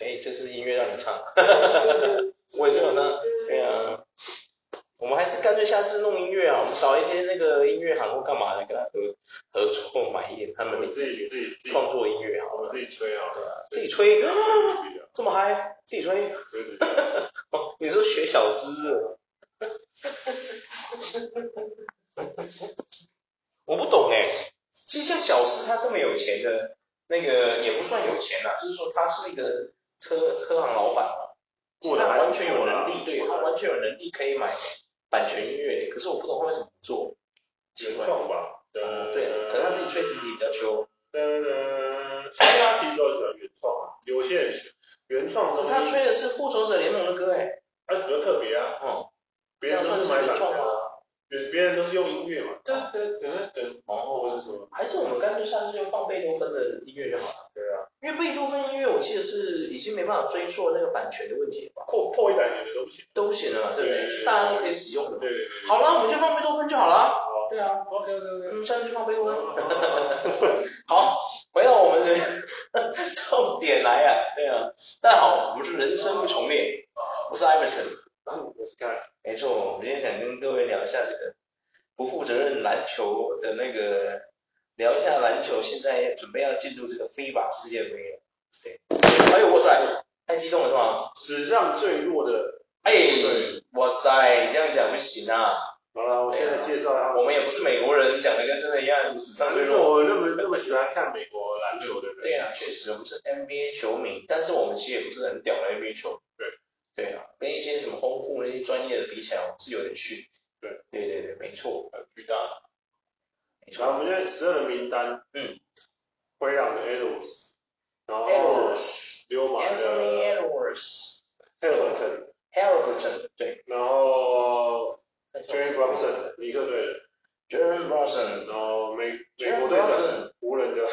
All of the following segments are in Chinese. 哎，这是音乐让你唱，我也是有那，对啊，我们还是干脆下次弄音乐啊，我们找一些那个音乐行或干嘛的跟他合合作买一点他们我自己自己自己创作音乐好我了，自己吹啊，对啊，自己吹自己啊这么嗨，自己吹，我自己哦，你说学小诗是吗？ 我不懂哎、其实像小诗他这么有钱的，那个也不算有钱啦，就是说他是一个车车行老板嘛，过得他还完全有能不错啦力，对过他得完全有能力可以买版权音乐，可是我不懂他为什么不做，奇原怪，嗯创吧，对对，可能他自己吹自己比较秋，噔噔，大家其实都很喜欢原创啊，有些人喜原创的可东他西，吹的是复仇者联盟的歌哎、它比较特别啊，哦，别人这都样是算买是原版创权吗啊，别别人都是用音乐嘛，噔噔噔噔，或者什么，还是我们干脆下次就放贝多芬的音乐就好了。对啊，因为贝多芬音乐，我记得是已经没办法追溯那个版权的问题了吧，破破一百年的都不行，都不行了嘛，对不对？对是大家都可以使用的嘛。对对对，好了，我们就放贝多芬就好了。好对啊， ，OK OK OK，嗯，下次就放贝多芬。好，回到我们的 重点来啊，对啊，大家好，我们是人生不重练，我是 Iverson。我是看，没错，我们今天想跟各位聊一下这个不负责任篮球的那个，聊一下篮球现在准备要进入这个非法世界杯了。对，哎呦哇塞，太激动了是吗？史上最弱的，哎，哇塞，你这样讲不行啊！好了，我现在介绍他我们也不是美国人，讲的跟真的一样，什么史上最为什弱。么我那么那么喜欢看美国篮球的人？对啊，确实我们是 NBA 球迷，但是我们其实也不是很屌的 NBA 球迷。对。对啊，跟一些什么轰库那些专业的比起来，我们是有点逊。对。对对对，没错，很巨大。没然后我错。们现在十二的名单，嗯，灰狼的 Edwards，然哎后 Edwards 溜马 Anthony 的 Edwards。 Hamilton， Harrington 对然后 Jerry ，Jerry Brunson 尼克队的， Brunson，Jerry Brunson，然后美美 Jerry 国队长 Brunson 湖人的，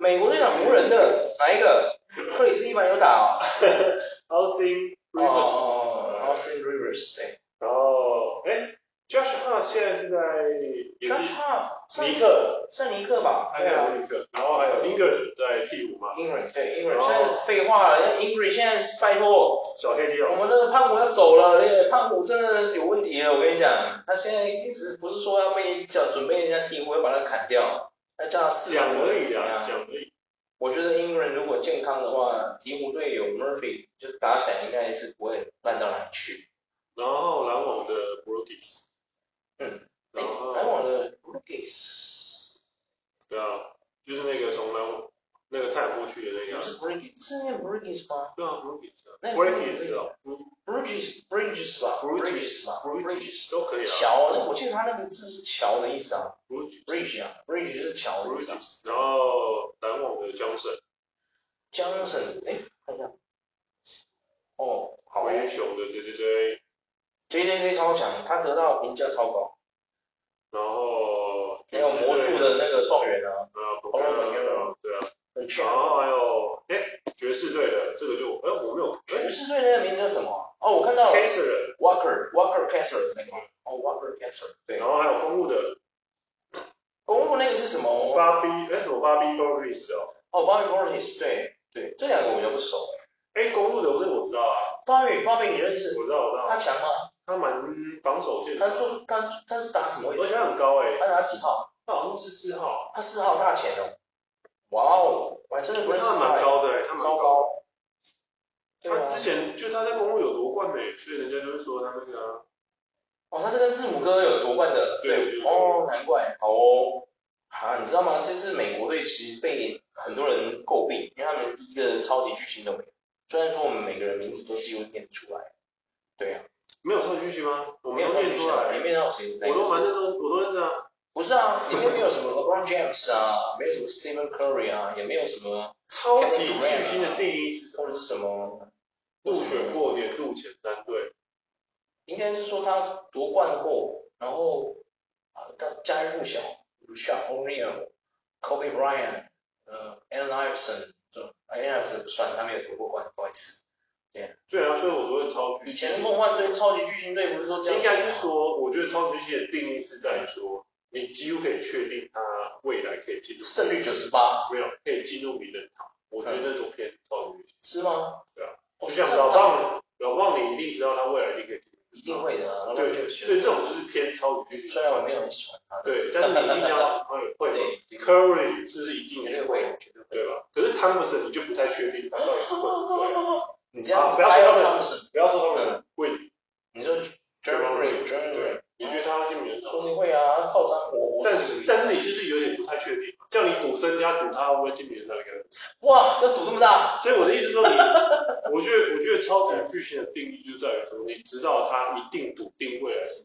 美国队长湖人的哪一个？克里斯蒂凡有打哦 Austin 哦 Rivers，哦哦，Austin Rivers 对然后哎，Josh Hart 现在是在也，Josh 是 Hart 算尼克，算尼克吧，还对啊有尼克，然后还有 Ingram 在替补嘛， ，Ingram 对 Ingram 然后现在废话了，人家 Ingram 现在是拜托，小黑弟我哦，们的胖虎要走了，那个胖虎真的有问题了，我跟你讲，他现在一直不是说要被叫准备人家替补要把他砍掉，要叫他试讲而已啊，对讲而已，我觉得英格兰如果健康的话，鹈鹕队有 Murphy，就打起来应该是不会烂到哪里去。然后篮网的 Brookings，嗯，哎然后篮网的 Brooks 对啊，就是那个从南那个泰晤去的那不个啊，是 Brooks，是那 Brooks 吗对啊，Brookies 啊那，Brookies 啊？Brooks Bridges 吧 Bridges ，Bridges 吧，Bridges。 ，Brookies 都可以啊桥，那我记得他那个字是桥的意思啊，bridge 啊，bridge 是桥的意思啊。 ，Brookies，Brookies，然后篮网的 Johnson， Johnson，哎，看一下，哦，好灰熊的 J J J， ，J J J 超强，他得到评价超高，然后还有魔术的那个状元啊，啊，对啊，对啊，很然强。后还有哎爵士队的这个就哎我没有哎爵士队那个名字叫什么？哦，我看到了 c a s e r Walker Walker Kessler 那个吗，哦 Walker Kessler 对然，后还有公路的公路那个是什么？芭比哎什么芭比 Doris 哦，哦 Bobby Portis 对对，这两个我就不熟哎。哎公路的我这我知道啊， Bobby Bobby 你认识？我知道我知道，他强吗？他蛮防守健他全。做他他是打什么位而且置？他很高哎、他打几号？他好像是四号，他四号大前哦。哇哦，我还真的不认识他他蛮哎，高的、欸，他蛮糟高。糕。对他啊之前就他在公路有夺冠哎、所以人家就会说他那个啊、哦，他是跟字母哥有夺冠的，对对对哦，难怪，好哦，啊，你知道吗？这次美国队其实被很多人诟病，因为他们第一个超级巨星都没有，虽然说我们每个人名字都几乎念得出来，对啊，没有超级巨星吗？我没们有超都级念巨出星啊，里来，面还有谁？我都蛮认都我都认识啊。不是啊，里面没有什么 LeBron James 啊，没有什么 Stephen Curry 啊，也没有什么超级巨星的定义是或者是什么入选，过年度前三队，应该是说他夺冠过，然后啊，他家喻户晓 r u s h a O'Neal、Kobe Bryant、呃，Allen Iverson 这种啊，Allen Iverson 不算，他没有夺过冠，不好意思。对啊，所以我说的超巨以星前的梦幻队、超级巨星队不是都这样？应该是，说，我觉得超级巨星的定义是在于说，你几乎可以确定他未来可以进入胜率九十八，没有可以进入明是吗？对啊，我就像这样老看棒，老棒你一定知道他未来一定可以一进定会的啊，步，老对，棒就所以这种就是偏超级巨星虽，然我没有很喜欢他，对，但是你一定要会会对， Curry 就是一定绝也对会，会，绝对会。对吧？可是汤普森你就不太确定他到底是会不会，你这样啊子不要拍说到他他们们是，不要说他们会，你说 Jeremy Green，Jeremy Green，对，你觉得他进名说你会啊，他靠张我，我但是但是你就是有点不太确定，叫你赌身家赌他会不会进名人赛，你可能 哇，要赌这么大，所以我的意思说你，我觉得我觉得超级巨星的定义就在于说，你知道他一定笃定未来是，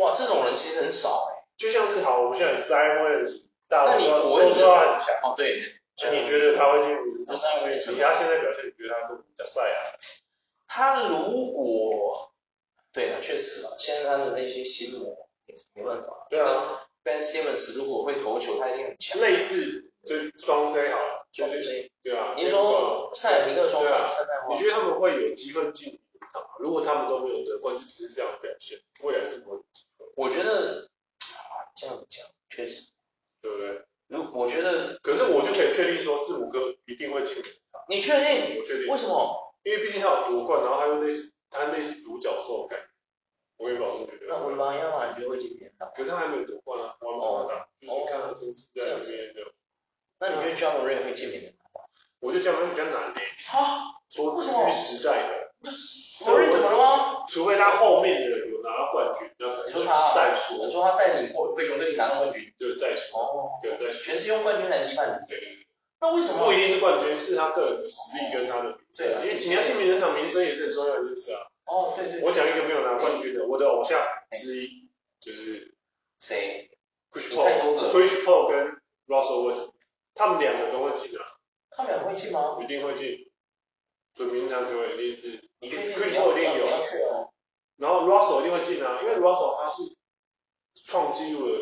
哇，这种人其实很少哎。就像是好，我们现在 Simon 大家那都你知道我都知道他很强，哦，对，那你觉得他会进名人那赛？三个人以他现在表现，你觉得他会比赛啊？他如果对了，确实了，现在他的那些心魔也是没办法。对啊， Ben Simmons 如果会投球，他一定很强。类似就是双 C 好了，就双是 J 对啊，你说塞尔提克双对啊塔三代你化，觉得他们会有机会进名人赛吗？如果他们都没有得冠军，只是这样表现，未来是不会有机会，我觉得啊这样讲确实，对不对？如我觉得可是我就可以确定说，字母哥一定会进名人赛，你确定？我确定。为什么？因为毕竟他有夺冠，然后他又类似他类似独角兽的感觉，我也保证绝对那会。文班亚马你觉得会进别人可是他还没有夺冠啊，我还没有看到，哦就是看他从时在里面的。那你觉嗯得 j a m a r a n 会进别人我觉得讲的比较难诶、啊，说为至什么于实在的，我瑞怎么了吗？除非他后面的人有拿到冠军，那可能你说他啊再我说，说他带领过灰熊队拿到冠军，就再说，哦，对，再说。全是用冠军来批判的。对对对那为什么不一定是冠军，是他个人的实力跟他的名声对啊，因为你要进名人堂，名声也是很重要的，就是啊。哦，对对，我讲一个没有拿冠军的，我的偶像之一就是谁？ Chris 有太多个 Paul，Chris Paul 跟 Russell Westbrook，他们两个都会进啊，他们俩会进吗？一定会进。准名堂球员一定是，你确定 Chris 你要 Paul 一你定要有你要去哦？然后 Russell 一定会进啊，因为 Russell 他是创纪录的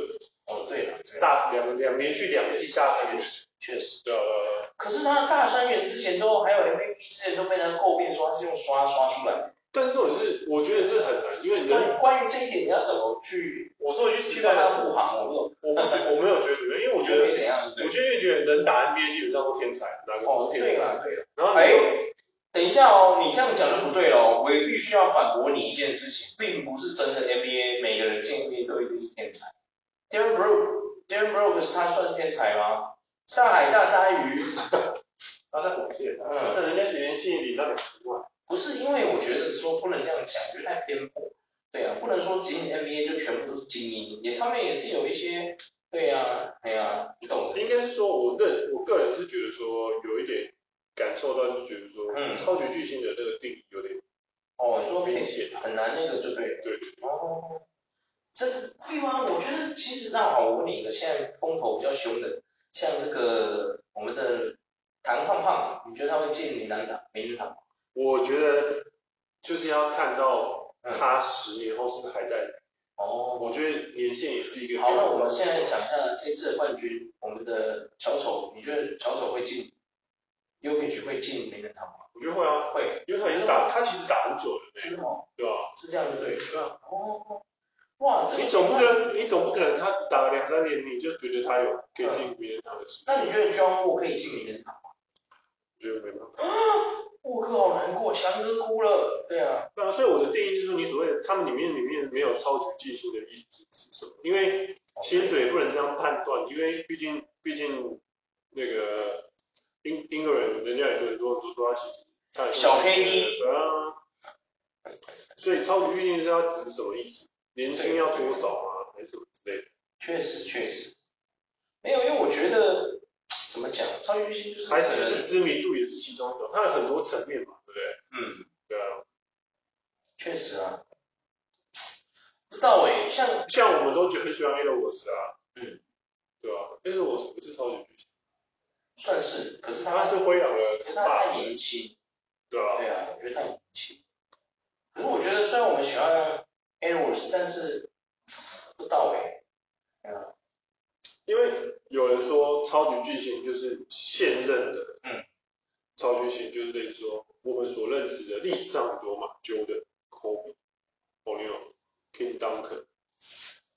哦，对了，对了，大两个两连续两季大赛，确实。对啊对啊可是他大三元之前都还有 MVP 之前都被人家诟病说他是用刷刷出来的。但是这种是我觉得这很难，因为关人，关于这一点，你要怎么去我说一句去实帮在他的，护航？我我不觉我没有觉得怎么样，因为我我觉得，怎样？对我就越觉得能打 NBA 基本上都天才，哪个哦都，是对天才。了对了。然后哎你，等一下哦，你这样讲就不对了哦。我也必须要反驳你一件事情，并不是真的 NBA 每个人进 NBA 都一定是天才。Darren Brook，Darren Brooks 他算是天才吗？上海大鲨鱼， 他在火箭，嗯，但人家年薪领到两千万。不是因为我觉得说不能这样讲，我觉得太偏颇。对啊，不能说仅仅 NBA 就全部都是精英，也他们也是有一些，对啊，哎呀、你懂的。应该是说，我认我个人是觉得说，有一点感受到，就觉得说，嗯超级巨星的那个定义有点哦，你说明显啊。很难那个就对了。对，哦，这会吗？我觉得其实那好，我问你一个，现在风头比较凶的，像这个我们的唐胖胖，你觉得他会进名人堂？名人堂？我觉得就是要看到嗯他十年后是不是还在。哦，我觉得年限也是一个好，那我们现在讲一下这次的冠军，我们的小丑，你觉得小丑会进 u k i 会进名人堂吗？我觉得会啊，会，因为他已经打，他其实打很久了，真的哦，对吧？是这样就对了。对啊，哦，哇，这个你总不可能，你总不可能他只打了两三年，你就觉得他有可嗯以进名人堂的实力？那你觉得 John Wall 可以进名人堂？我觉得没办法。沃克好难过，强哥哭了。对啊，对啊，所以我的定义就是说，你所谓的他们里面里面没有超级巨星的意思是什么？因为薪水也不能这样判断，因为毕竟毕竟那个英英国人人家也很多都说他其实他也是小黑衣对啊，所以超级巨星是要指什么意思？年薪要多少啊，还是什么之类的？确实确实，没有，因为我觉得怎么讲，超级巨星就是还是可就能是知名度也是其中一种，它有很多层面嘛，对不对？嗯，对啊，确实啊，不知道诶、像像我们都觉得很喜欢 A 罗斯啊，嗯，对啊，A 罗斯不是超级巨星，算是，可是他他是灰狼的可是他爸太。年轻，对啊，对啊，我觉得太年轻。可是我觉得虽然我们喜欢 a r o w s 但是不知道欸啊诶、因为有人说超级巨星就是现任的，嗯，超巨星就是类似说我们所认知的历史上很多嘛，Jordan、Kobe、O'Neal、King Duncan，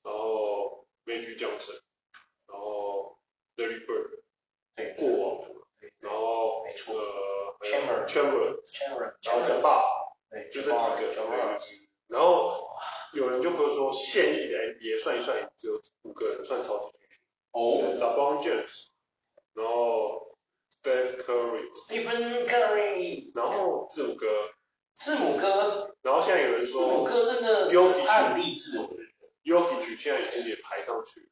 然后 Magic Johnson，然后 Larry Bird 对，过往的嘛，对然后没错呃 Chamberlain Chamberlain， Chamberlain，然后 Chamberlain 加大，对，就这几个。 j a 对然后有人就会说，现役的 NBA 算一算，只有五个人算超级巨星，就是哦 LeBron James，然后 Steph Curry， ，Stephen Curry，然后字母哥，字母哥，然后现在有人字母说哥真的有比是案例制，我觉得。 Yokic 现在已经也排上去了，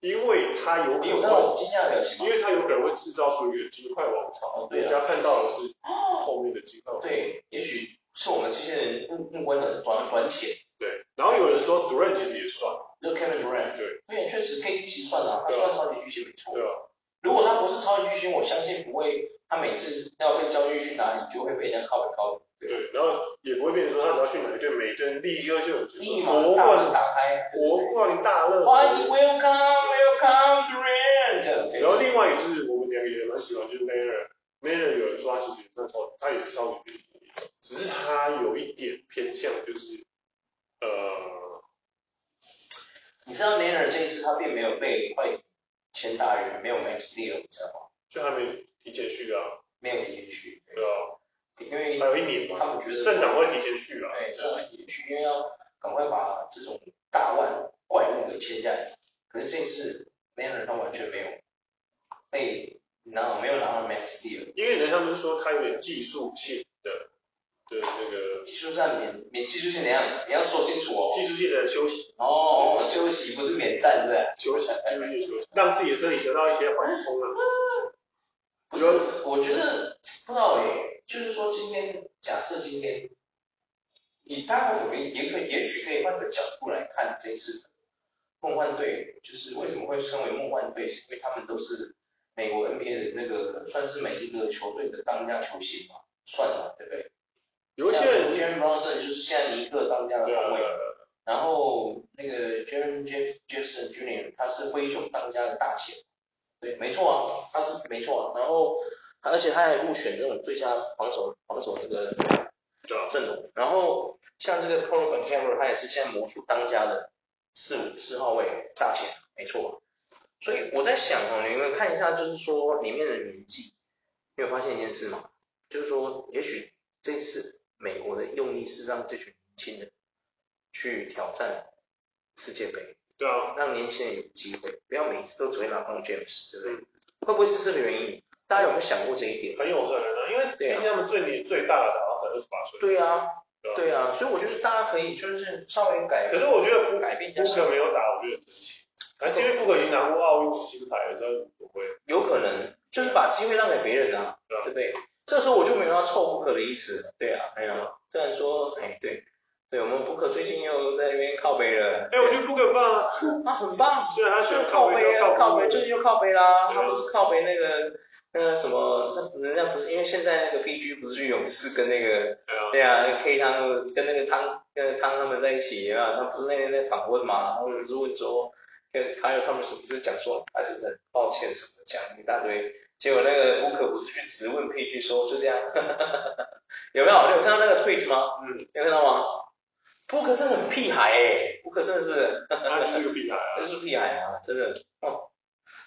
因为他有可你能有看到我会，惊讶的表情因吗？为他有可能会制造出一个金块王朝，哦，对人啊。家看到的是后面的金块王朝。对，也许是我们这些人目目光很短短浅。对，然后有人说 Durant 其实也算，那 Kevin Durant，对，对，确实 KD 其实算啊，他对啊算超级巨星没错对。吧？如果他不是超级巨星，我相信不会，他每次要被交易去哪里，就会被人家靠靠，对，然后也不会变成说他只要去哪一队，每一队立刻就有这立种马国大门冠打开，国冠大热。欢迎 Welcome Welcome Durant，对然后另外也是我们两个也蛮喜欢，就是 Nair，Nair 有人说他其实也算超，他也是超级巨星，只是他有一点偏向就是呃，你知道 Nair 这一次他并没有被快艇签大约，没有 Max Deal，你知道吗？就还没提前续啊，没有提前去，对啊，因为还有一年嘛，他们觉得哎正常会提前续啊，对，这种也去，因为要赶快把这种大腕怪物给签下来。可是这次 m a n n e r 他完全没有被拿，没有拿到 Max Deal，因为人他们说他有点技术性的的那个技术上免免技术性怎样？你要说清楚哦。技术性的休息哦，休息不是免战是吧？休息技术性的休息，让自己的身体得到一些缓冲啊。不是，我觉得不知道诶，就是说今天假设今天，你大概可能也可以也许可以换个角度来看这次的梦幻队，就是为什么会称为梦幻队，是因为他们都是美国 NBA 的那个算是每一个球队的当家球星嘛，算了，对不对？有一些人 j a m e Bronson 就是现在尼克当家的对啊后对卫，啊然后那个 Jaren Jeff Jefferson Jr. 他是灰熊当家的大前，对，没错啊，他是没错啊。然后他而且他还入选那种最佳防守防守那个对啊阵容。然后像这个 Corbin Cameron 他也是现在魔术当家的四五四号位大前，没错啊。所以我在想哦，你们看一下，就是说里面的年纪，你有发现一件事吗？就是说，也许这次美国的用意是让这群年轻人去挑战世界杯，对啊，让年轻人有机会，不要每一次都只会拿到 James，对不对？会不会是这个原因？大家有没有想过这一点？很有可能啊，因为对啊毕竟他们最年最大的好像才二十八岁。对啊，对啊对啊，所以我觉得大家可以就是稍微改可是我觉得改变一下布布克没有打，我觉得很神奇。还是因为布克已经拿过奥运金牌了，但是不会。有可能就是把机会让给别人啊，对啊对不对？这时候我就没有要凑布克的意思了，对啊，哎呀，虽然说，哎，对，对我们布克最近又在那边靠背了，哎，我觉得布克很棒啊，啊，很棒，虽然他就喜是欢靠背背啊，靠靠背，最近又靠背啦，对他啊不是靠背那个。那个什么，人家不是因为现在那个 PG 不是去勇士跟那个，对啊，对啊，K 汤他们跟那个汤跟那个汤他们在一起啊，他不是那天在访问嘛，然后就是问说，跟还有他们是不是讲说他其实很抱歉什么，讲一大堆，结果那个乌克不是去质问 PG 说就这样， 有没有？你有看到那个 tweet 吗？嗯，你有看到吗？布克真的很屁孩哎、欸，布克真的是他就是个屁孩啊。就是屁孩啊，真的，哦，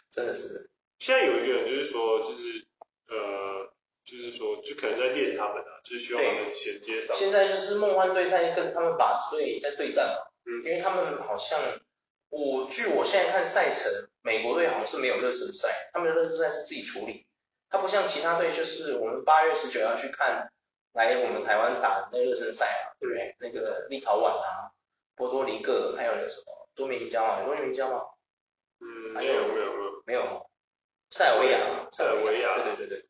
真的是，现在有一个人就是说，就是呃，就是说，就可能在练他们啊，就是希望他们衔接上。现在就是梦幻队在跟他们靶子队在对战嘛，嗯因为他们好像，我据我现在看赛程，美国队好像是没有热身赛，他们的热身赛是自己处理，他不像其他队，就是我们八月十九要去看来我们台湾打的那热身赛嗯啊，对不对？那个立陶宛啊，波多黎各，还有那个什么多米尼加嘛，有多米尼加吗？嗯，没有没有没有，没有，塞尔维亚，塞尔维亚对对对对，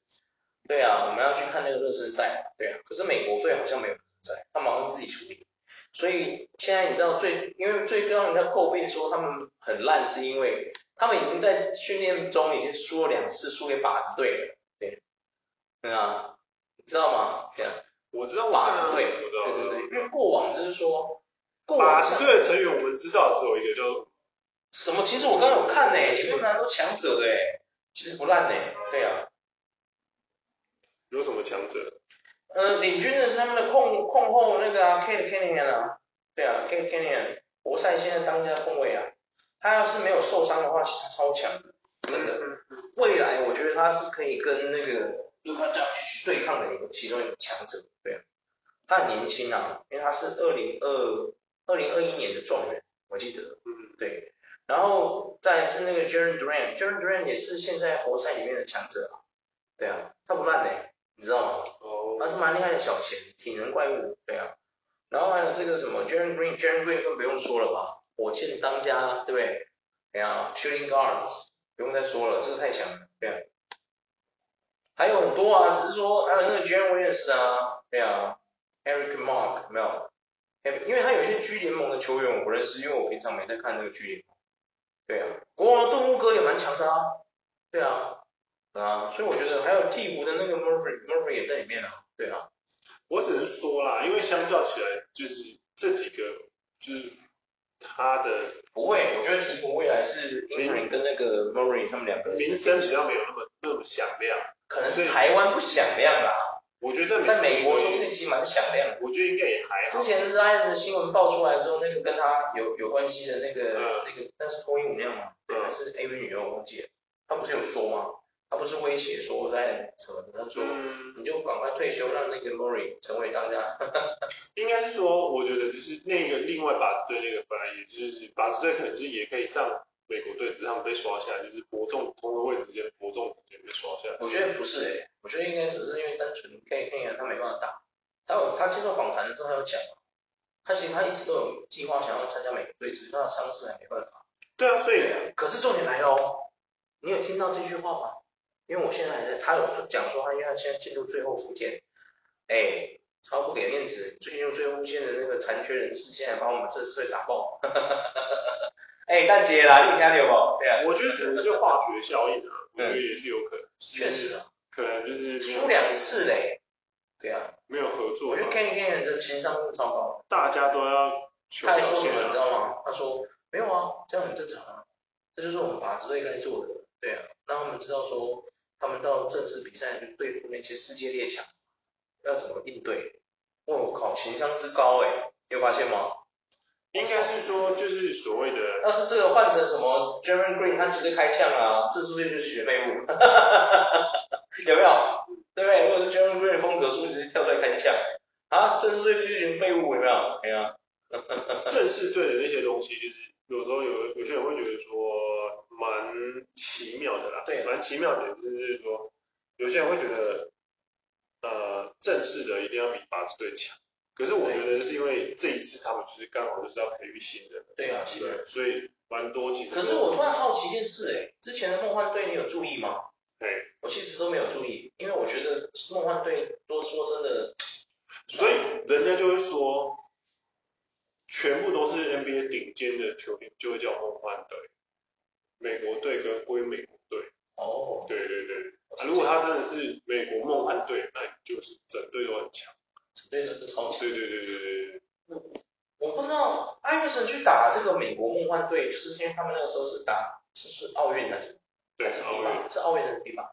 对啊，我们要去看那个热身赛嘛，对啊，可是美国队好像没有热身赛，他们好像自己处理，所以现在你知道最，因为最让人家诟病说他们很烂，是因为他们已经在训练中已经输了两次，输给靶子队了，对，对啊，你知道吗？对啊，我知道靶子队，嗯我知道，对对我对，知道因为过往就是说，过往靶像子队的成员我们知道只有一个叫做什么？其实我刚刚有看呢、里面蛮多强者的、欸，其实不烂呢、对啊。有什么强者，呃，领军的是他们的控控后那个啊，Kate Kenyon 啊，对啊，Kate Kenyon，活塞现在当家控卫啊，他要是没有受伤的话，其实超强的，真的。嗯，嗯嗯未来我觉得他是可以跟那个因为他要继续对抗的一个其中一个强者，对啊，他很年轻啊，因为他是二零二二零二一年的状元，我记得，嗯，对，然后再来是那个 Jaren Duran，Jaren Duran 也是现在活塞里面的强者啊，对啊，他不烂嘞、你知道吗？他哦，是蛮厉害的小前体能怪物，对啊。然后还有这个什么 Jaren Green，Jaren Green 更不用说了吧，火箭当家，对不对？对啊，Shooting Guards 不用再说了，这个太强了，对啊。还有很多啊，只是说还有那个 Jaren Williams 啊，对啊，Eric Mark 没有，哎因为他有一些 G 联盟的球员我不认识，因为我平常没在看那个 G 联盟。对啊，国王的动物哥也蛮强的啊，对啊，啊，所以我觉得还有鹈鹕的那个 Murphy，Murphy 也在里面啊。对啊，我只能说啦，因为相较起来，就是这几个，就是他的不会，我觉得鹈鹕未来是英格林跟那个 Murray 他们两个名声比较没有那么那么响亮。可能是台湾不响亮啦，我觉得在在美国说不定其实蛮响亮的。我觉得应该也还之好。前 Zion 的新闻爆出来之后，那个跟他有有关系的那个、嗯那个，那是脱衣舞娘嘛，对，嗯还是 AV 女优，我忘记了。他不是有说吗？他不是威胁说 Zion 什么的，他说、嗯，你就赶快退休，让那个 Murray 成为当家。应该是说，我觉得就是那个另外靶子队那个，本来也就是靶子队，可能就是也可以上美国队，只是他们被刷下来，就是伯仲同个位置之间伯仲之间被刷下来。我觉得不是诶、欸我觉得应该只是因为单纯可以看一看他没办法打。他有他接受访谈的时候他有讲嘛，他其实他一直都有计划想要参加美国队，只是他的伤势还没办法。对啊，所以可是重点来了哦，你有听到这句话吗？因为我现在还在，他有说讲说他因为他现在进入最后伏线，哎，超不给面子，最近最后伏线的那个残缺人士，现在把我们这次队打爆。 哎，蛋姐啦，你听到不？对啊，我觉得可能是化学效应啊，我觉得也是有可能，确实啊，可能就是输没有两次嘞。对啊，没有合作我觉嘛得，Kenny k e n 的情商真的超高。大家都要求他表还说什现么，你知啊。道吗？他说没有啊，这样很正常啊，这就是我们靶子队该做的，对啊，让他们知道说他们到正式比赛去对付那些世界列强要怎么应对。哇，我靠，情商之高哎、你有发现吗？应该是说，就是所谓的， 要是这个换成什么 j e r e m Green，他直接开枪啊，这出去就是学妹舞，有没有？对不对？如果是 j e r e m Green 的风格，是不是直接跳出来开枪？啊，这出去就是群废物，有没有？没有、正式队的那些东西，就是有时候有有些人会觉得说蛮奇妙的啦，对蛮奇妙的，就是说有些人会觉得，呃，正式的一定要比靶子队强，可是我觉得是因为这一次他们就是刚好就是要培育新人，对啊，是的。对，所以蛮多其实都，可是我突然好奇一件事、哎，之前的梦幻队你有注意吗？对，我其实都没有注意，因为我觉得梦幻队多说真的，所以人家就会说，全部都是 NBA 顶尖的球员，就会叫梦幻队。美国队跟归美国队，哦，对对对。啊如果他真的是美国梦幻队，那你就是整队都很强。整队都是超强。对对对对对对。我不知道艾弗森去打这个美国梦幻队，就是因为他们那个时候是打是是奥运还是对，还是奥 FIBA 运是奥运还是 FIBA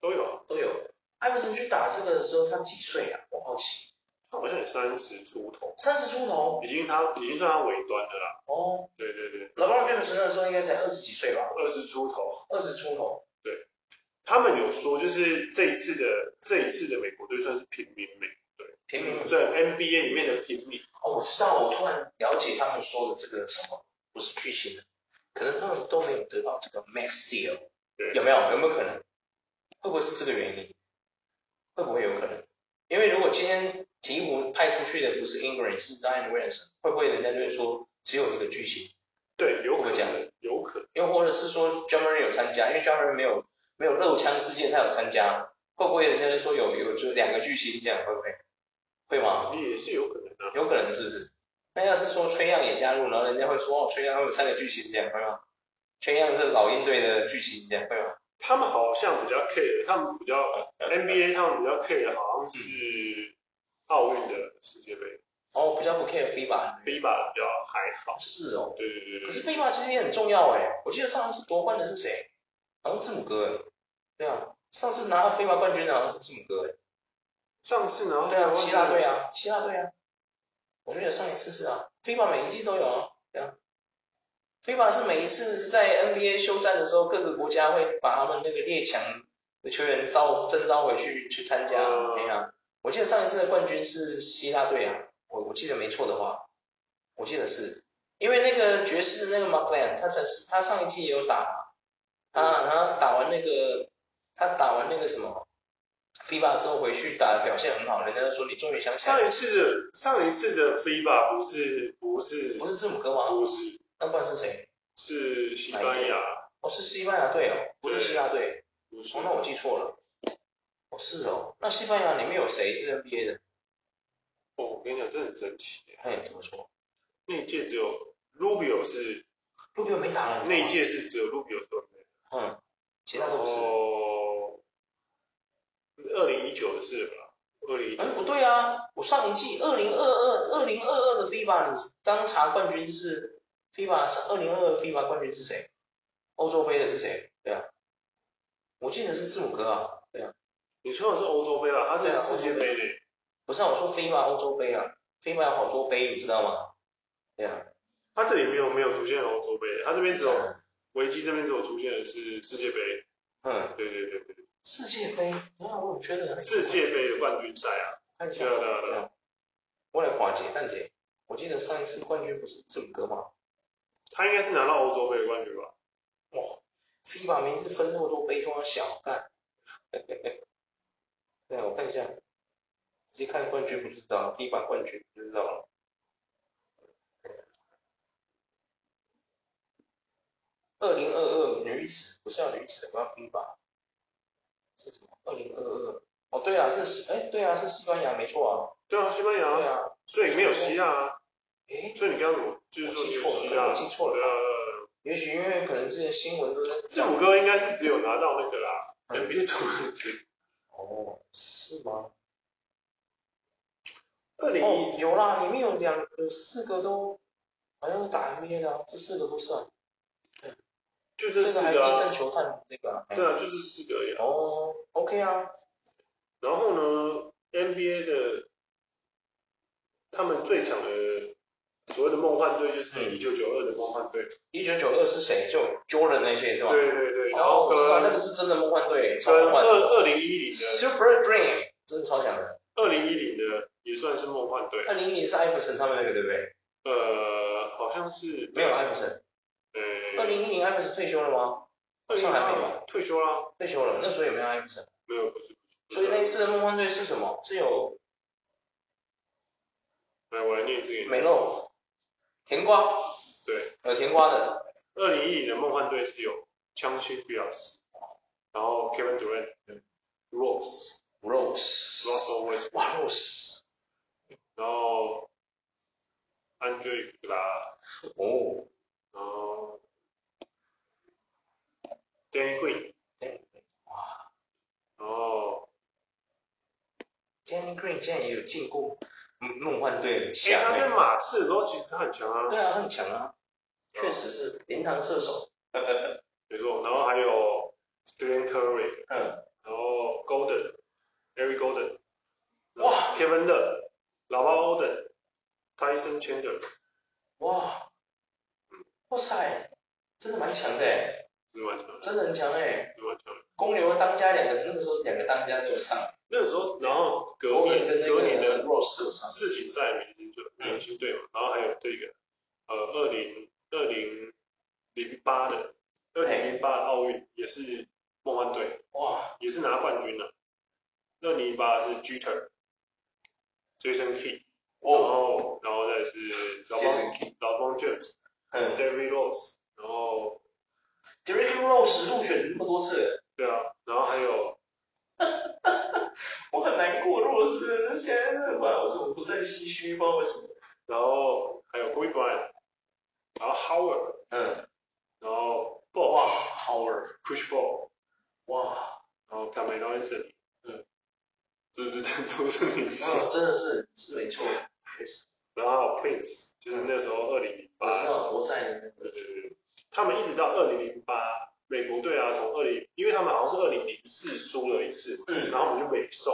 都有啊，都有。艾弗森去打这个的时候他几岁啊？我好奇，他好像也三十出头，三十出头已经他已经算他尾端的啦。哦。对对对，老布詹姆斯那个时候应该才二十几岁吧，二十出头。二十出头。他们有说，就是这一次的这一次的美国队算是平民美国队，平民在 NBA 里面的平民。哦，我知道，我突然了解他们说的这个什么不是巨星了，可能他们都没有得到这个 max deal，对有没有？有没有可能？会不会是这个原因？会不会有可能？因为如果今天鹈鹕派出去的不是 Ingram 是 Dian Williamson，会不会人家就会说只有一个巨星？对，有可我讲能，有可能。又或者是说 j o h n r y 有参加，因为 j o h n r y 没有没有漏枪事件，他有参加，会不会人家就说有有就两个巨星这样？会不会？会吗？也是有可能的、有可能是不是？那要是说崔样也加入，然后人家会说哦，崔样他们三个巨星这样，会吗？崔样是老鹰队的巨星这样，会吗？他们好像比较 care，他们比较 NBA，他们比较 care 的好像是奥运的世界杯哦，比较不 care FIBA。 ，FIBA 比较还好。是哦，对对对可对是 FIBA 其实也很重要哎，我记得上次夺冠的是谁？好像是字母哥哎。对啊，上次拿到 FIBA 冠军的好像是字母哥哎。上次然后对啊，希腊队，啊，希腊队啊。我记得上一次是啊，FIBA 每一季都有啊。对啊，FIBA 是每一次在 NBA 休战的时候，各个国家会把他们那个列强球员招征召回去去参加。嗯哎呀，我记得上一次的冠军是希腊队啊，我我记得没错的话，我记得是，因为那个爵士的那个 McLean，他才是他上一季也有打，他他打完那个他打完那个什么 FIBA 之后回去打得表现很好，人家就说你终于想起来上一了，次的上一次的 FIBA 不是不是不是字母哥吗？不是那不然是谁？是西班牙，哦，是西班牙队哦，不是希腊队。不是哦，那我记错了。哦，是哦。那西班牙里面有谁是 NBA 的？哦，我跟你讲，这很神奇耶，哎，怎么说？那一届只有 Rubio 是路边没打了，你知道那吗一。届是只有 Rubio 得分，嗯，其他然都不是。后二零一九的事吧，二零一哎，不九对啊！我上一季二零二二二零二二的 FIBA，你刚查冠军是 FIBA 是二零二二 FIBA 冠军是谁？欧洲杯的是谁？对啊，我记得是字母哥啊。对啊，你说的是欧洲杯吧？它对是啊世界杯嘞。不是啊，我说 FIBA 欧洲杯啊，FIBA 有好多杯，你知道吗？对啊，他这里没有没有出现欧洲杯，他这边只有维基这边只有出现的是世界杯，嗯，对对对对，世界杯，你看我有确认。世界杯的冠军赛啊，看一下对。啊对啊对啊，我来华姐、蛋姐，我记得上一次冠军不是字母哥吗？他应该是拿到欧洲杯的冠军吧？哇，FIBA 名次分这么多杯，通常小干。 对，我看一下，直接看冠军不就知道了，FIBA 冠军不就知道了。二零二二女子不是要女子，我要 FIBA。是什么？二零二二？哦，对啊，是哎，对啊，是西班牙，没错对啊，西班啊。对牙，啊，所以没有希腊啊，哎，所以你刚刚怎么就是说我没记有错希了，腊我？记错了对。啊，也许因为可能之前新闻都在字母哥应该是只有拿到那个啦嗯，NBA 总冠军，哦，是吗？二零哦，一有啦，里面有两有四个都好像是打 NBA 的啊、这四个都算，就这这个四还个必啊，胜球探这个、啊，对啊，就这四个呀。哦，OK 啊，然后呢，NBA 的他们最强的所谓的梦幻队就是嗯一九九二的梦幻队，一九九二是谁？就 Jordan 那些是吧？对对对，然后哦我跟知道那个是真的梦幻队，超跟梦二幻的二零一零的，Super Dream 真的超强的。二零一零的也算是梦幻队，二零一零是艾弗森他们那个对不对？呃，好像是没有艾弗森，呃，二零一零艾弗森退休了吗？二零上海没有退休啦，退休了，那时候有没有艾弗森？没有不是，不所以是那一次的梦幻队是什么？是有来我来念这个，梅洛、甜瓜，对，有甜瓜的，二零一零的梦幻队是有枪心比尔斯，然后 Kevin Durant、Rose、 Rose， Russell Westbrook。哇，Rose，然后 Andre 啦，哦，然后 Danny Green，哇然后，Danny Green 竟然也有进过梦幻队，很其实强他在欸，马刺的时候其实他很强啊，对啊，他很强啊，确实是灵堂射手，没错。然后还有 Stephen Curry，嗯，然后 Golden、Eric Golden，哇，Kevin Love、老包 Golden、Tyson Chandler，哇，哇塞，真的蛮强的欸，是蛮强的，真的很强哎，是蛮强的。公牛当家两个那个时候两个当家都有上，那时候，然后隔欧年文跟那隔年的个 Rose 都有上，世锦赛明星队，明星队嘛，然后还有这个呃二零二零零八的二零零八奥运也是梦幻队，哇，也是拿冠军了。二零零八是 Jeter、Jason Key，然哦，后然后再是老 Jason 方老方 James、嗯 David Rose，然后，Derrick Rose 入选那么多次了。对啊，然后还有我很难过，如果是现在的话，我是不是很唏嘘？不知道为什么。然后还有 Kobe Bryant，然后 Howard，嗯，然后哇 Bosh、 ，Howard， Chris Paul。哇，然后卡梅隆也是，嗯，对对对，都是明星。嗯，真的是是没错，确实。然后还有 Prince，就是那时候二零零我知八，道国赛的那对个，对对，他们一直到二零零八，美国队啊，从二零，因为他们好像是二零零四输了一次，嗯，然后我们就没送，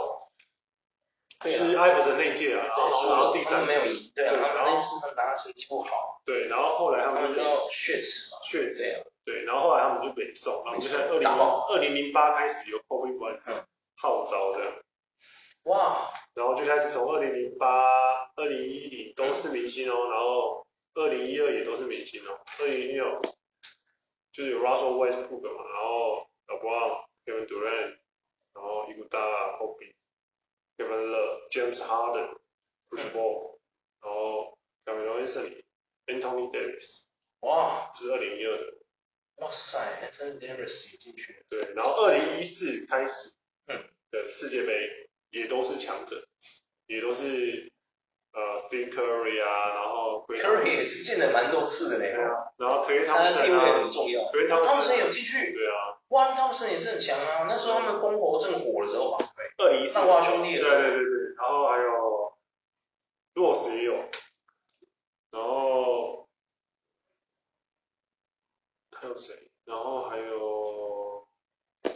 就对啊是埃弗森那一届啊，然后输然了后第他们三没，有赢，对啊，对他然后们那次他们拿的成绩不好，对，然后后来他他们们就就要血耻嘛，确对实，啊，对，然后后来他们就北送，然后就在二零打爆二零零八开始有 Kobe Bryant 嗯号召这样，哇，然后就开始从二零零八、二零一零都是明星哦，然后二零一二也都是明星哦，二零一六就是有 Russell Westbrook 嘛，然后 LeBron、Kevin Durant，然后伊古达、Kobe、Kevin Love、James Harden、Chris Paul，然后 Kevin Anthony、Anthony Davis，哇，这是二零一二的。哇塞，Anthony Davis 也进去了，对，然后二零一四开始，嗯的世界杯也都是强者，也都是呃 Steve Curry 啊，然后 Klay ，Curry 也是进了蛮多次的对呢，啊，然后 Klay 他的地 Thompson 位很啊，重要。 Klay 汤姆森 Thompson 有进去，对啊，哇，汤姆森也是很强啊。那时候他们烽火正火的时候吧，二零一四上，花兄弟对的对时候，对对，然后还有 Rose 也有，然后还有谁？然后还有，呃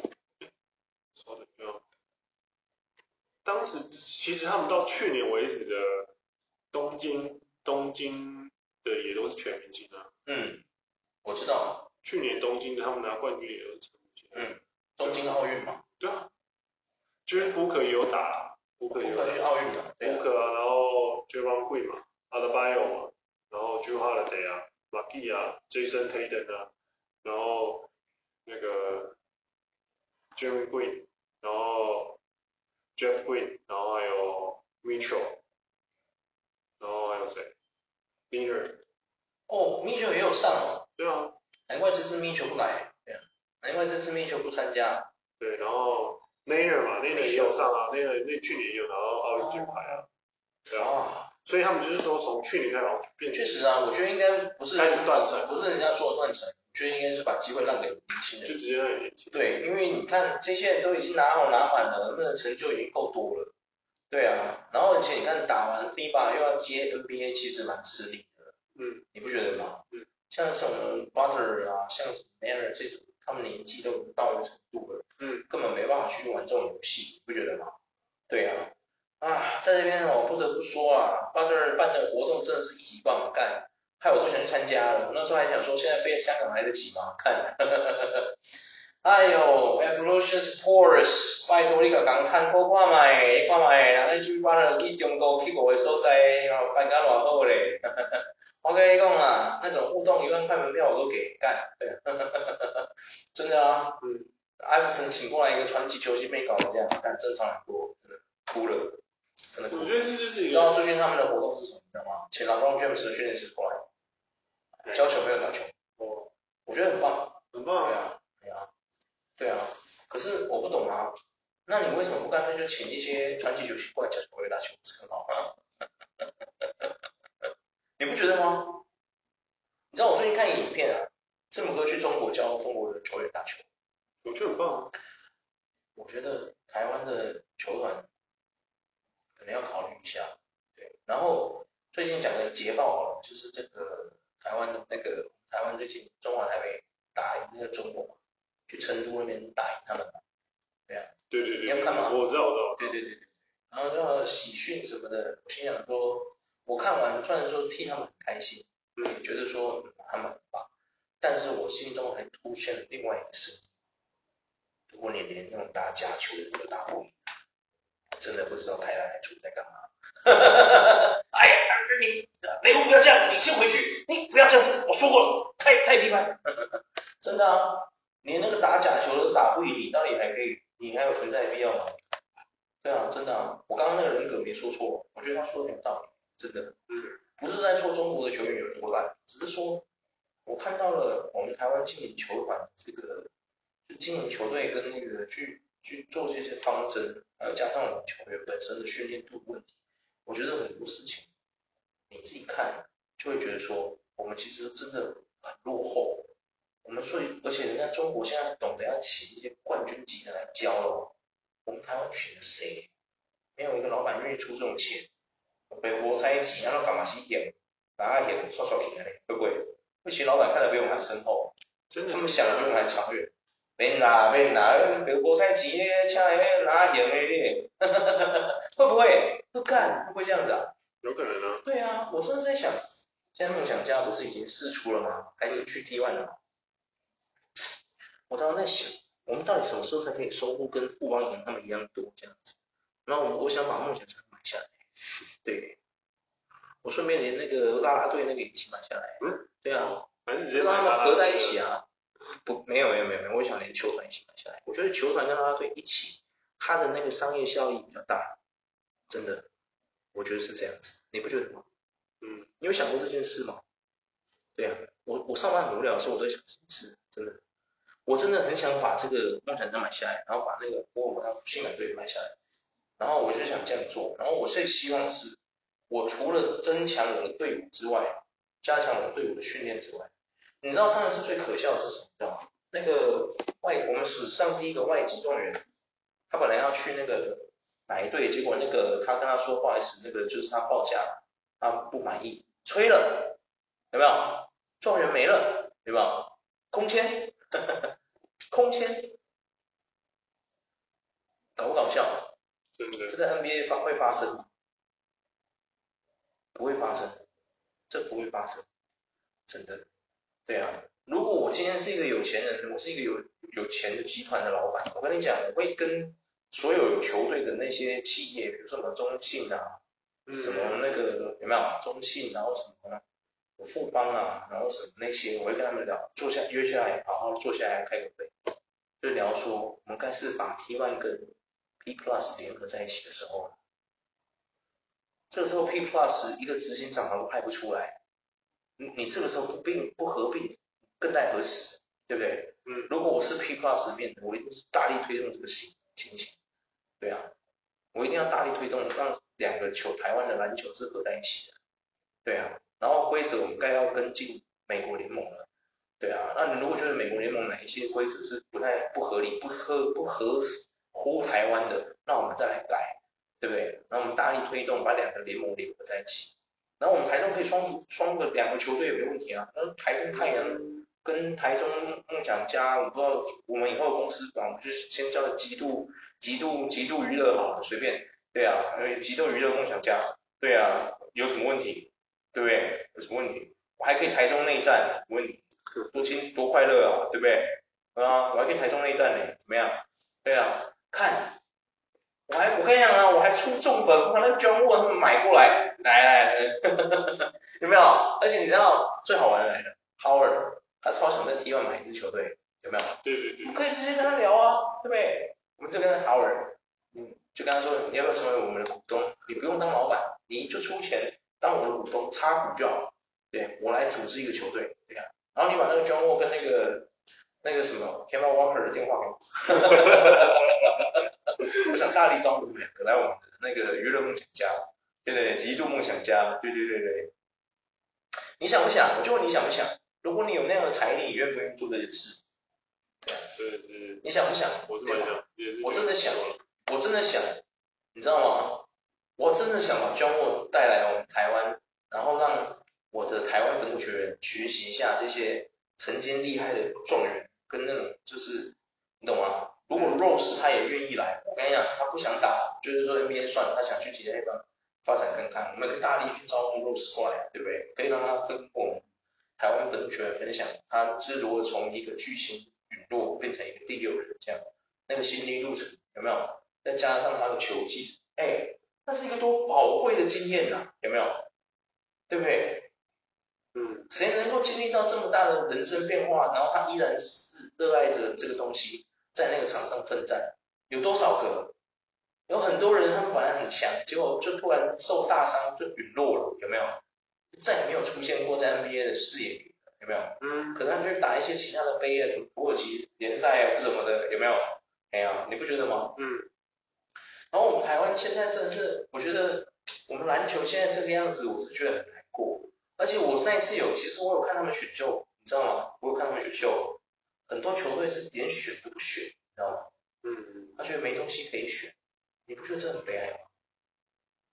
稍等一下，当时其实他们到去年为止的东京，东京的也都是全明星啊。嗯，我知道，去年东京的他们拿冠军也都是全明星啊。嗯东京奥运嘛，对啊，就是布克也有打，布不克也有打可。去奥运嘛，对啊， Booker 啊，然后 j a r o n Green 嘛 a d b i o 嘛，然后 Drew Holiday 啊 m a g g i 啊，Jason Tatum 啊，然后那个 Jeremy Green，然后 Jeff Green，然后还有 Mitchell，然后还有谁 l i n a r 哦，Mitchell 也有上哦，对啊，难怪这次 Mitchell 不来，对啊，难怪这次 Mitchell 不参加，对，然后 n a y e r 嘛 n a y e r 也有上啊 n a y e r 那去年也有拿到奥运金牌啊，对啊，啊，所以他们就是说从去年开始好像就变确实啊，我觉得应该不是开始断层不是人家说的断层，我觉得应该是把机会让给年轻人。就直接让你年轻，对，因为你看这些人都已经拿好拿满了，那个成就已经够多了。对啊，然后而且你看打完 FIBA 又要接 NBA，其实蛮吃力的，嗯。你不觉得吗？嗯。像什么 Butler 啊，像什么 m a r r 这种，他们年纪都已经到一个程度了，嗯，根本没办法去玩这种游戏，你不觉得吗？对啊，啊，在这边我不得不说啊，Butler 办的活动真的是一级棒，干，害我都想去参加了。我那时候还想说，现在飞香港来得及吗？看。 哎呦，Evolution Sports，拜托你甲共参考看卖，看卖，人咱水巴了去中国去五个所在，哦，办甲偌好咧。 我跟你讲啦，那种互动一万块门票我都给干，对啊， 真的啊。嗯。艾弗森请过来一个传奇球星被搞成这样，干正常很多，真的哭了，真的哭我了。觉得这就是你一知个道最近他们的活动是什么，你知道吗？请 LeBron James 的训练师过来教小朋友打球，哦，我觉得很棒。很对棒啊，啊，对啊，对啊。可是我不懂啊，那你为什么不干脆就请一些传奇球星过来教小朋友打球，不是很好吗？ 你不觉得吗？你知道我最近看一个影片啊，字母哥去中国教中国的球员打球，我觉得很棒啊，我觉得台湾的球团可能要考虑一下。对，然后最近讲的捷报啊，就是这个台湾的那个台湾最近中华台北打赢那个中国嘛，去成都那边打赢他们嘛。对对对，你要看吗我知道我知道，对对对对。然后要喜讯什么的，我心想说，我看完虽然说替他们很开心，也嗯，觉得说嗯他们很棒，但是我心中还出现了另外一个声音：如果你连那种打假球的你都打不赢，我真的不知道台南主在干嘛。 哎呀，你雷欧不要这样，你先回去，你不要这样子，我说过了，太太皮白。 真的啊，连那个打假球的都打不赢，你到底还可以，你还有存在的必要吗？对啊，真的啊，我刚刚那个人格没说错，我觉得他说的很有道理，真的。不是在说中国的球员有多烂，只是说我看到了我们台湾经营球团这个，就经营球队跟那个去去做这些方针，还有加上我们球员本身的训练度问题，我觉得很多事情你自己看就会觉得说，我们其实真的很落后。我们所以，而且人家中国现在懂得要请一些冠军级的来教了，我们台湾选了谁？没有一个老板愿意出这种钱。被我猜钱，然后干嘛去演，拿来演刷刷屏啊嘞，会不会？那些老板看得比我们还深厚，真的他是们想的比我们还长远。免啦，免啦，别国菜钱嘞，请来哎拿盐的嘞， 会不会？会干，会不会这样子啊？有可能啊，对啊，我真的在想，现在梦想家不是已经试出了吗？还是去 T1 了吗？我常常在想，我们到底什么时候才可以收入跟顾邦彦他们一样多这样子？然后我我想把梦想城买下来，对，我顺便连那个啦啦队那个也一起买下来。嗯，对啊，还是直接跟买他们拉拉合在一起啊？啊？不，没有没有没有没有，我想连球团一起买下来。我觉得球团跟啦啦队一起，它的那个商业效益比较大，真的，我觉得是这样子，你不觉得吗？嗯，你有想过这件事吗？对啊，我我上班很无聊的时候，我都在想这件事，真的，我真的很想把这个梦想单买下来，然后把那个我我他新买队买下来，然后我就想这样做，然后我最希望的是，我除了增强我的队伍之外，加强我队伍的训练之外，你知道上一次最可笑的是什么？你知道吗？那个外我们史上第一个外籍运动员，他本来要去那个哪一队，结果那个他跟他说不好意思，那个就是他报价他不满意，吹了，有没有？状元没了，有没有？空签， 空签，搞不搞笑？真的这在 NBA 发会发生吗？不会发生，这不会发生，真的。对啊，如果我今天是一个有钱人，我是一个有有钱的集团的老板，我跟你讲，我会跟所有有球队的那些企业，比如说什么中信啊，嗯什么那个有没有中信，然后什么富邦啊，然后什么那些，我会跟他们聊，坐下约下来，好好坐下来开个会，就聊说我们该是把 T One 跟 P Plus 联合在一起的时候了。啊这个时候 P Plus 一个执行长都派不出来，你你这个时候不并不合并，更待何时？对不对？嗯，如果我是 P Plus 面的，我一定是大力推动这个情情形。对啊，我一定要大力推动，让两个球台湾的篮球是合在一起的。对啊，然后规则我们该要跟进美国联盟了。对啊，那你如果觉得美国联盟哪一些规则是不太不合理、不合不合乎台湾的，那我们再来改，对不对？那我们大力推动，把两个联盟联合在一起。然后我们台中可以双足双个两个球队也没问题啊。那台中太阳跟台中梦想家，我不知道我们以后公司管，我们就先叫极度极度极度娱乐好了，随便，对啊，因为极度娱乐梦想家，对啊，有什么问题？对不对？有什么问题？我还可以台中内战，我问你，多轻多快乐啊，对不对？啊，我还可以台中内战呢，怎么样？对啊，看，我还我跟你讲啊，我还出重本，我把那 John Wall 他们买过来，来来来， 有没有？而且你知道最好玩的来了，Howard，他超想在 T1 买一支球队，有没有？对对我对，们可以直接跟他聊啊，对不对？我们就跟好人，嗯，就跟他说你要不要成为我们的股东？你不用当老板，你就出钱当我的股东，插股就好。对，我来组织一个球队，对呀、然后你把那个 John Wall 跟那个那个什么 Kemba Walker 的电话给我， 我想大力招募你们两个来我们的那个娱乐梦想家，对对对，极度梦想家，对对对对。你想不想？我就问你想不想？如果你有那样的财力，你愿不愿意做这件事？真的是，你想不想？我是对吧蛮想，也是我真的想，我真的想，你知道吗？我真的想把 John Wall 带来我们台湾，然后让我的台湾本土球员学习一下这些曾经厉害的状元跟那种就是你懂吗？如果 Rose 他也愿意来，我跟你讲，他不想打，就是说 NBA 算了，他想去其他地方发展看看，我们可以大力去招募 Rose 过来，对不对？可以让他跟我们台湾本土球员分享他是如何从一个巨星陨落变成一个第六人这样。那个心理路程有没有？再加上他的球技，哎、那是一个多宝贵的经验呐、有没有？对不对？嗯，谁能够经历到这么大的人生变化，然后他依然是热爱着这个东西，在那个场上奋战，有多少个？有很多人他们本来很强，结果就突然受大伤就陨落了，有没有？再也没有出现过在 NBA 的视野里，有没有？嗯，可能他去打一些其他的杯啊，土耳其联赛啊什么的，有没有？哎呀、你不觉得吗？嗯。然后我们台湾现在真的是，我觉得我们篮球现在这个样子，我是觉得很难过。而且我那一次有，其实我有看他们选秀，你知道吗？我有看他们选秀，很多球队是连选都不选，你知道吗？嗯，他觉得没东西可以选，你不觉得这很悲哀吗？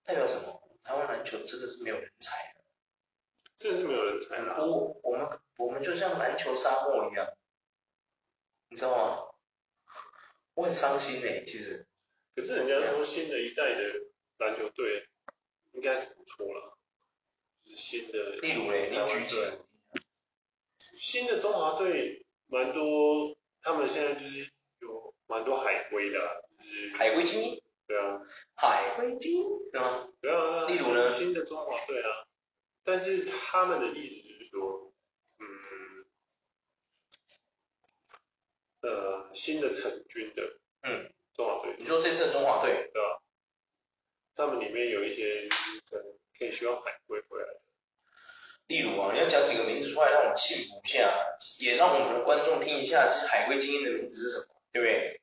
代表什么？台湾篮球真的是没有人才。真的是没有人才啦，我我们我们就像篮球沙漠一样，你知道吗？我很伤心哎、其实可是人家说新的一代的篮球队应该是不错啦，就是新的，例如嘞，你举几对个？新的中华队蛮多他们现在就是有蛮多海归的啊，就是海归精英，对啊，海归精英，对吗？对啊，例如呢新的中华队啊，但是他们的意思就是说，嗯，呃，新的成军的，嗯，中华队，你说这次的中华队，对啊，他们里面有一些就是可能可以需要海归回来，例如啊，你要讲几个名字出来让我们信服一下，也让我们的观众听一下，这海龟精英的名字是什么，对不对？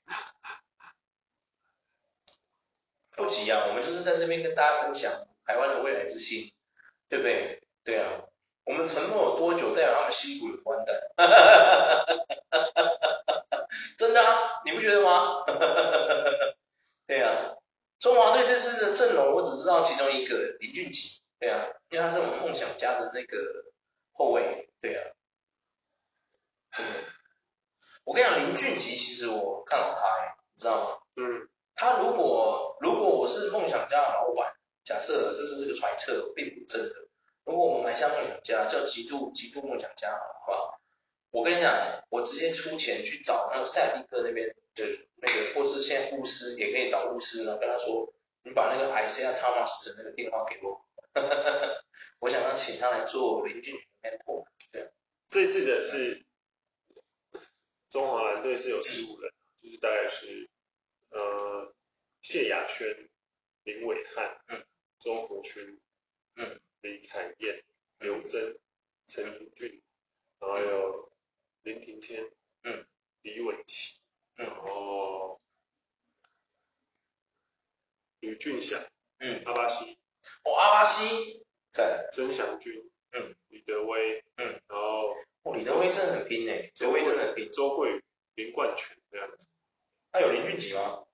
不急啊，我们就是在这边跟大家分享台湾的未来之星，对不对？对啊，我们承诺有多久，代表他们辛苦有关的， 真的啊，你不觉得吗？ 对啊，中华队这次的阵容，我只知道其中一个林俊杰。对啊，因为他是我们梦想家的那个后卫，对啊，真的。我跟你讲，林俊杰其实我看好他耶，你知道吗？嗯，他如果如果我是梦想家的老板，假设这是这个揣测，并不是真的。如果我们买下梦想家，叫极度极度梦想家，好不好？我跟你讲，我直接出钱去找那个塞利克那边的那个，或是现在巫师也可以找巫师呢，跟他说，你把那个 Isaiah Thomas 的那个电话给我， 我想要请他来做林俊杰的 mentor。这次的是中华蓝队是有十五人，就是大概是呃谢雅轩、林伟汉、嗯、周国勋、嗯、林凯燕、刘真、陈英俊，然后有林庭天、嗯、李伟奇，嗯然后吕俊祥、嗯，阿巴西、哦，阿巴西在，曾祥军、嗯、李德威，嗯、然后哦，李德威真的很拼诶，德威真的很拼。周桂宇、林冠群这样子，他有林俊杰吗？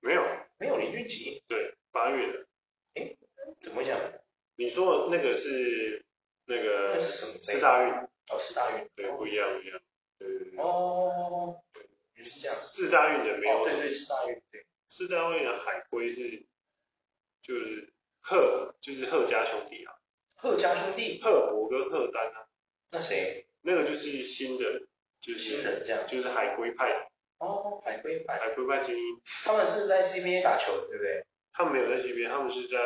没有，没有林俊杰，对，八月的。怎么讲？你说的那个是那那个是什么杯？四大运，哦，四大运。对，不一样，不一样，对对对。哦，原来是这样。四大运的没哦，有，对对，四大运，对。四大运的海龟是就是赫，就是赫家兄弟啊，贺家兄弟，赫伯跟赫丹啊，那谁？那个就是新的，就是新人这样。就是海龟派的，哦，海归派，海龟派精英，他们是在 CBA 打球的，对不对？他们没有在这边，他们是在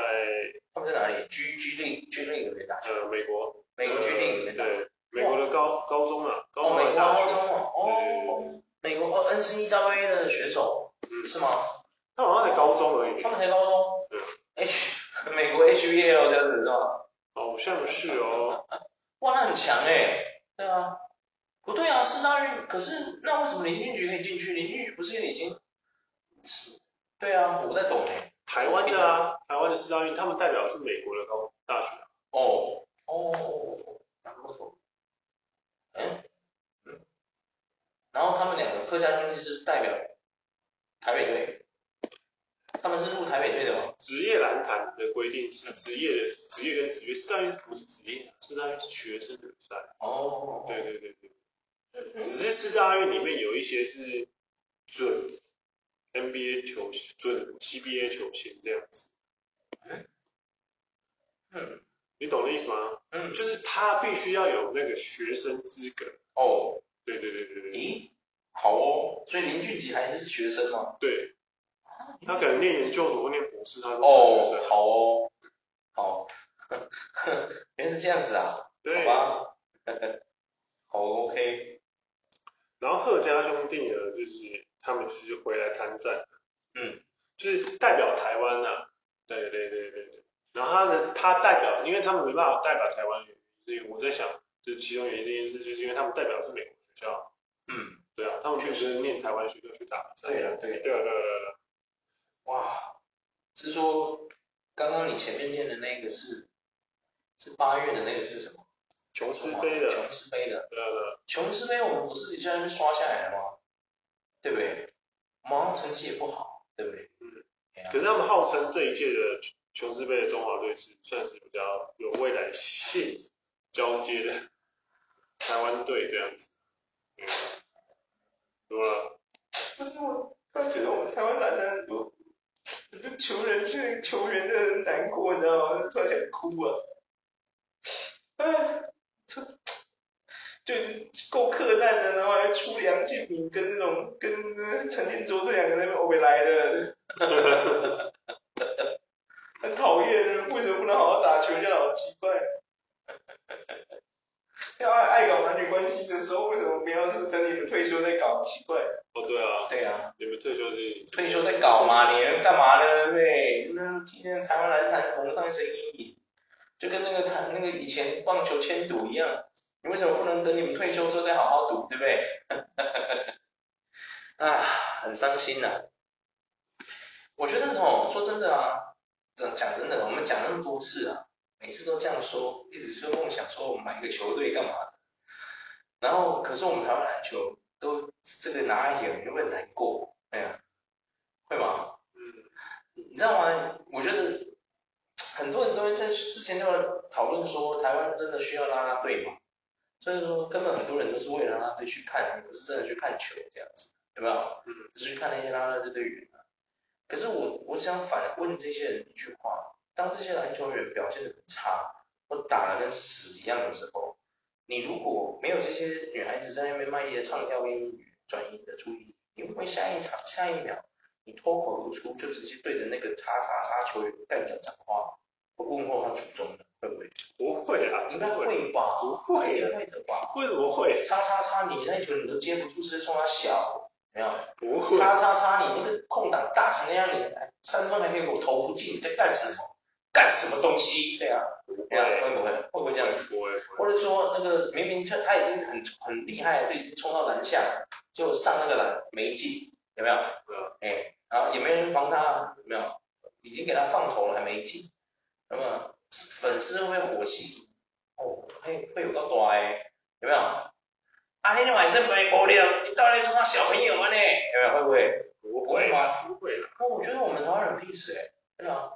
他们在哪里？G G League G League 里面打球，呃美国，美国 G League 里面打。对，美国的高高中啊，哦，高美国中的高大学。中哦，哦，美国哦 N C E W A 的选手嗯是吗？他好像才高中而已，他们才高中对。 H 美国 H B L 这样子是吧？好像是哦。哇，那很强哎、对啊，不对啊，四大运，可是那为什么林俊杰可以进去？林俊杰不是已经是？对啊，我不太懂哎、台湾的啊，台湾的四大运，他们代表的是美国的高大学啊，哦哦，难不懂。嗯嗯，然后他们两个客家兄弟是代表台北队，他们是入台北队的吗？职业篮坛的规定是职业的职业跟职业，四大运不是职业啊，四大运是学生的比赛。哦，对对对对，只是四大运里面有一些是准 NBA 球星、准 CBA 球星这样子，嗯你懂我的意思吗？嗯，就是他必须要有那个学生资格。哦，对对对对对咦，好哦，所以林俊杰还是学生吗？对，他可能念研究所或念博士，他都是学哦生，。好哦，好， 原来是这样子啊，对。好吧， 好 OK，然后贺家兄弟呢，就是他们就是回来参战，嗯，就是代表台湾呐、啊，对对对对对。然后他的他代表，因为他们没办法代表台湾，所以我在想，就其中有一件事，就是因为他们代表的是美国学校，嗯，对啊，他们并不是念台湾学校去打比赛，对啊了，对对了，啊对啊对啊哇，是说刚刚你前面念的那个是是八月的那个是什么？琼斯杯的，对啊琼斯杯的，对啊，琼斯杯我们不是一下就刷下来了吗？对不对？我们好像成绩也不好，对不对？嗯啊可是他们号称这一届的琼斯杯的中华队是算是比较有未来性交接的台湾队这样子，嗯，对吧？不是我，突然觉得我们台湾男篮，我就求人是求人的难过，你知道吗？突然想哭啊！哎，这就是够克烂的，然后还出梁敬敏跟那种跟呃陈建州这两个人欧北来的，很讨厌，为什么不能好好打球？这样好奇怪。要爱搞男女关系的时候，为什么不要是等你们退休再搞？奇怪。哦，对啊，对啊，你们退休的退休再搞嘛，你能干嘛呢？对不对？那今天台湾篮坛红上一层阴影，就跟那个台那个以前棒球签赌一样，你为什么不能等你们退休之后再好好赌，对不对？ 啊，很伤心呐、我觉得哦，说真的啊，讲讲真的，我们讲那么多次啊，每次都这样说，一直就梦想说我们买一个球队干嘛的，然后可是我们台湾篮球都这个拿眼有点难过，哎呀、会吗？嗯，你知道吗？我觉得很多很多人在之前就讨论说，台湾真的需要啦啦队嘛？所以说，根本很多人都是为了啦啦队去看，不是真的去看球这样子，对吧？嗯，只是去看那些啦啦队队员啊。可是我我想反问这些人一句话：当这些篮球员表现的很差，或打的跟屎一样的时候，你如果没有这些女孩子在那边卖力的唱跳跟英语转移你的注意力，你会不会下一场下一秒？你脱口而出就直接对着那个叉叉叉球员干掉讲话，会问候他祖宗的，会不会？不会啊，应该会吧？不会应该会的吧？为什么会？叉叉叉，你那球你都接不住，是冲他小，有没有？不会，叉叉叉，你那个空档大成那样，你还三分还可以给我投不进，你在干什么？干什么东西？对啊，不会，对啊，会不会？会不会这样子？不会，不会，或者说那个明明他他已经很很厉害，就已经冲到篮下，就上那个篮没进，有没有？哎、然后也没人防他，有没有？已经给他放投了还没进，那么粉丝会火气，哦，会会有个大诶，有没有？啊，你晚上没无聊，你到底是骂小朋友们呢？有没有？会不会？不不会会吗？不会啦，哦，我觉得我们台湾人 peace 哎、对啊，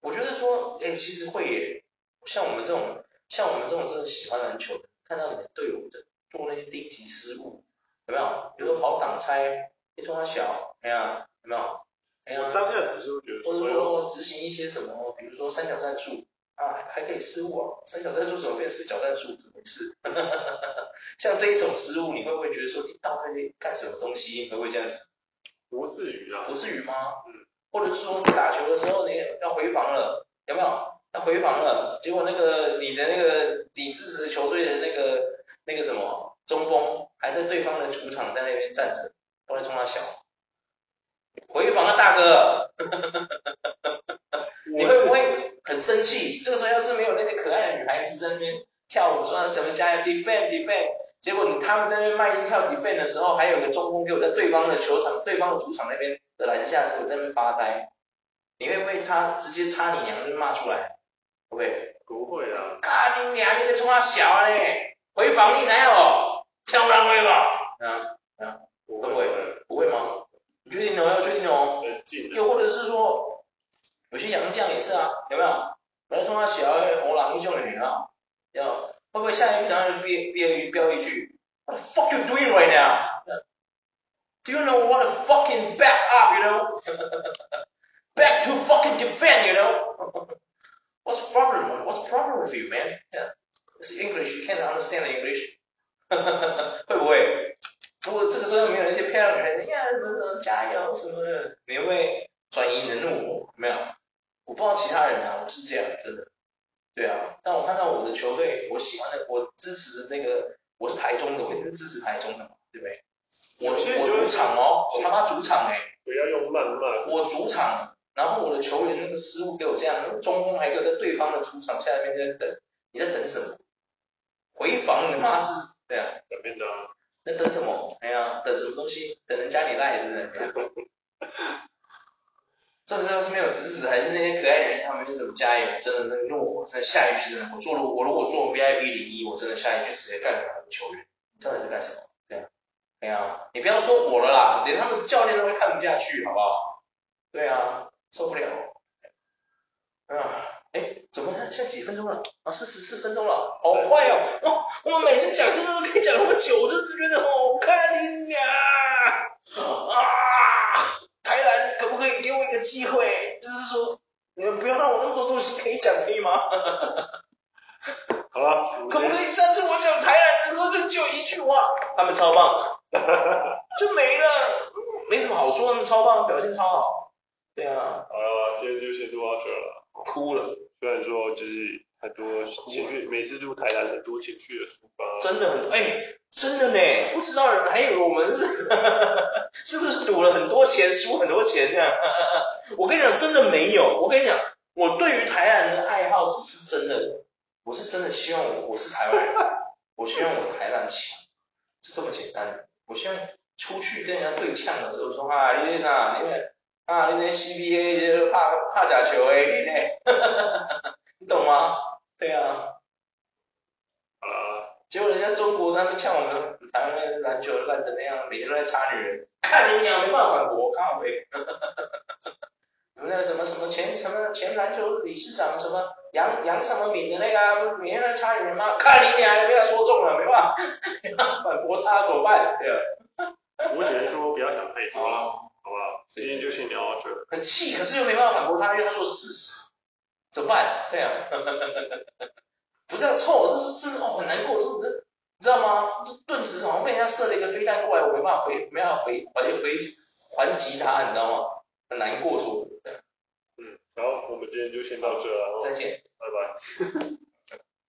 我觉得说，哎、其实会耶、像我们这种，像我们这种真的喜欢篮球的，看到你的队友的做那些低级失误，有没有？比如说跑挡拆，你冲他小，哎呀，有没有？哎我呀，当下只是会觉得或说，者哎呦说执行一些什么，比如说三角战术啊，还可以失误啊，三角战术怎么变四角战术？怎么回事？ 像这一种失误，你会不会觉得说，你到底在干什么东西？会不会这样子？不至于啦不，至于吗？嗯或者是说你打球的时候你要回防了，有没有？要回防了，结果那个你的那个你支持球队的那个那个什么中锋还在对方的主场在那边站着，都在冲他笑。回防啊，大哥，你会不会很生气？这个时候要是没有那些可爱的女孩子在那边跳舞说什么加油 defend defend，结果你他们在那边卖力跳 defend 的时候，还有个中锋给我在对方的球场、对方的主场那边的篮下给我在那边发呆，你会不会插直接插你娘就骂出来？会不会？不会啦，嘎你娘，你在冲他小啊嘞！回防你才有，跳浪会吧？啊，不会不会？不会吗？你确定哦？要确定哦。很近的，又或者是说，有些洋将也是啊，有没有？本来冲他小的我狼英雄人啊，要会不会下一秒然憋憋飙一句，What the fuck you doing right now? Do you know what the fucking back up, you know? back to fucking defend, you know? What's the problem? What's the problem with you, man? Yeah. It's English, you can't understand English. 会不会？如果这个时候没有那些漂亮女孩子，呀，什么什么加油什么的，你会不会转移你的怒火，有没有？我不知道其他人啊，我是这样，真的。对啊，但我看到我的球队，我喜欢的，我支持的那个，我是台中的，我一定是支持台中的嘛，对不对？我有些人我就会主场哦，我他妈主场哎、不要用谩骂，我主场，然后我的球员那个失误给我这样，那个中锋还给我在对方的主场下面在等，你在等什么？回防你妈是？对啊，改变的啊，在等什么？哎呀，等什么东西？等人加你赖是不是？ 这个要是没有指使，还是那些可爱人，他们就怎么加油？真的那个怒火，真的下一句真的，我做了，我如果做 VIP 零一，我真的下一句直接干掉他们球员，你到底在干什么？对啊，对啊，你不要说我了啦，连他们教练都会看不下去，好不好？对啊，受不了。啊，哎，怎么现在几分钟了？啊，四十四分钟了，好快哦！哦，我们每次讲这个都可以讲那么久，我就是觉得好看你呀！啊，台南可不可以给我一个机会？就是说，你们不要让我那么多东西可以讲，可以吗？好了，我们可不可以下次我讲台南的时候就就一句话，他们超棒， 就没了，没什么好说，他们超棒，表现超好。对啊，好了，今天就先录到这儿了。哭了，虽然说就是很多情绪，每次住台南很多情绪的抒发，真的很，哎、真的呢，不知道人还以为我们是 是不是赌了很多钱，输很多钱这样。 我跟你讲，真的没有，我跟你讲，我对于台南的爱好是是真的，我是真的希望我我是台湾人， 我希望我台南强，就这么简单。我希望出去跟人家对呛的时候说啊，你那啊，你那啊，你那 CBA 就是怕怕假球哎，你那， 你懂吗？对啊。好了，结果人家中国他们呛我们台湾那篮球烂成那样，每天都在插女人，看你娘没办法反驳，靠北。你们那个什么什么前什么前篮球理事长什么杨杨什么敏的那个、啊，不是每天在插女人吗？看你娘，被他说中了，没办法反驳他，怎么办？对啊，我只能说不要想太多了，哦，好不好？今天就先聊到这儿。很气，可是又没办法反驳他，因为他说的是事实，怎么办？对啊， 不是要凑，这是真的哦，很难过，这是这你知道吗？这顿时好像被人家射了一个飞弹过来，我没办法回，没办法回还回还击他，你知道吗？很难过说，对啊嗯，好，我们今天就先到这儿了，哦再见。拜拜。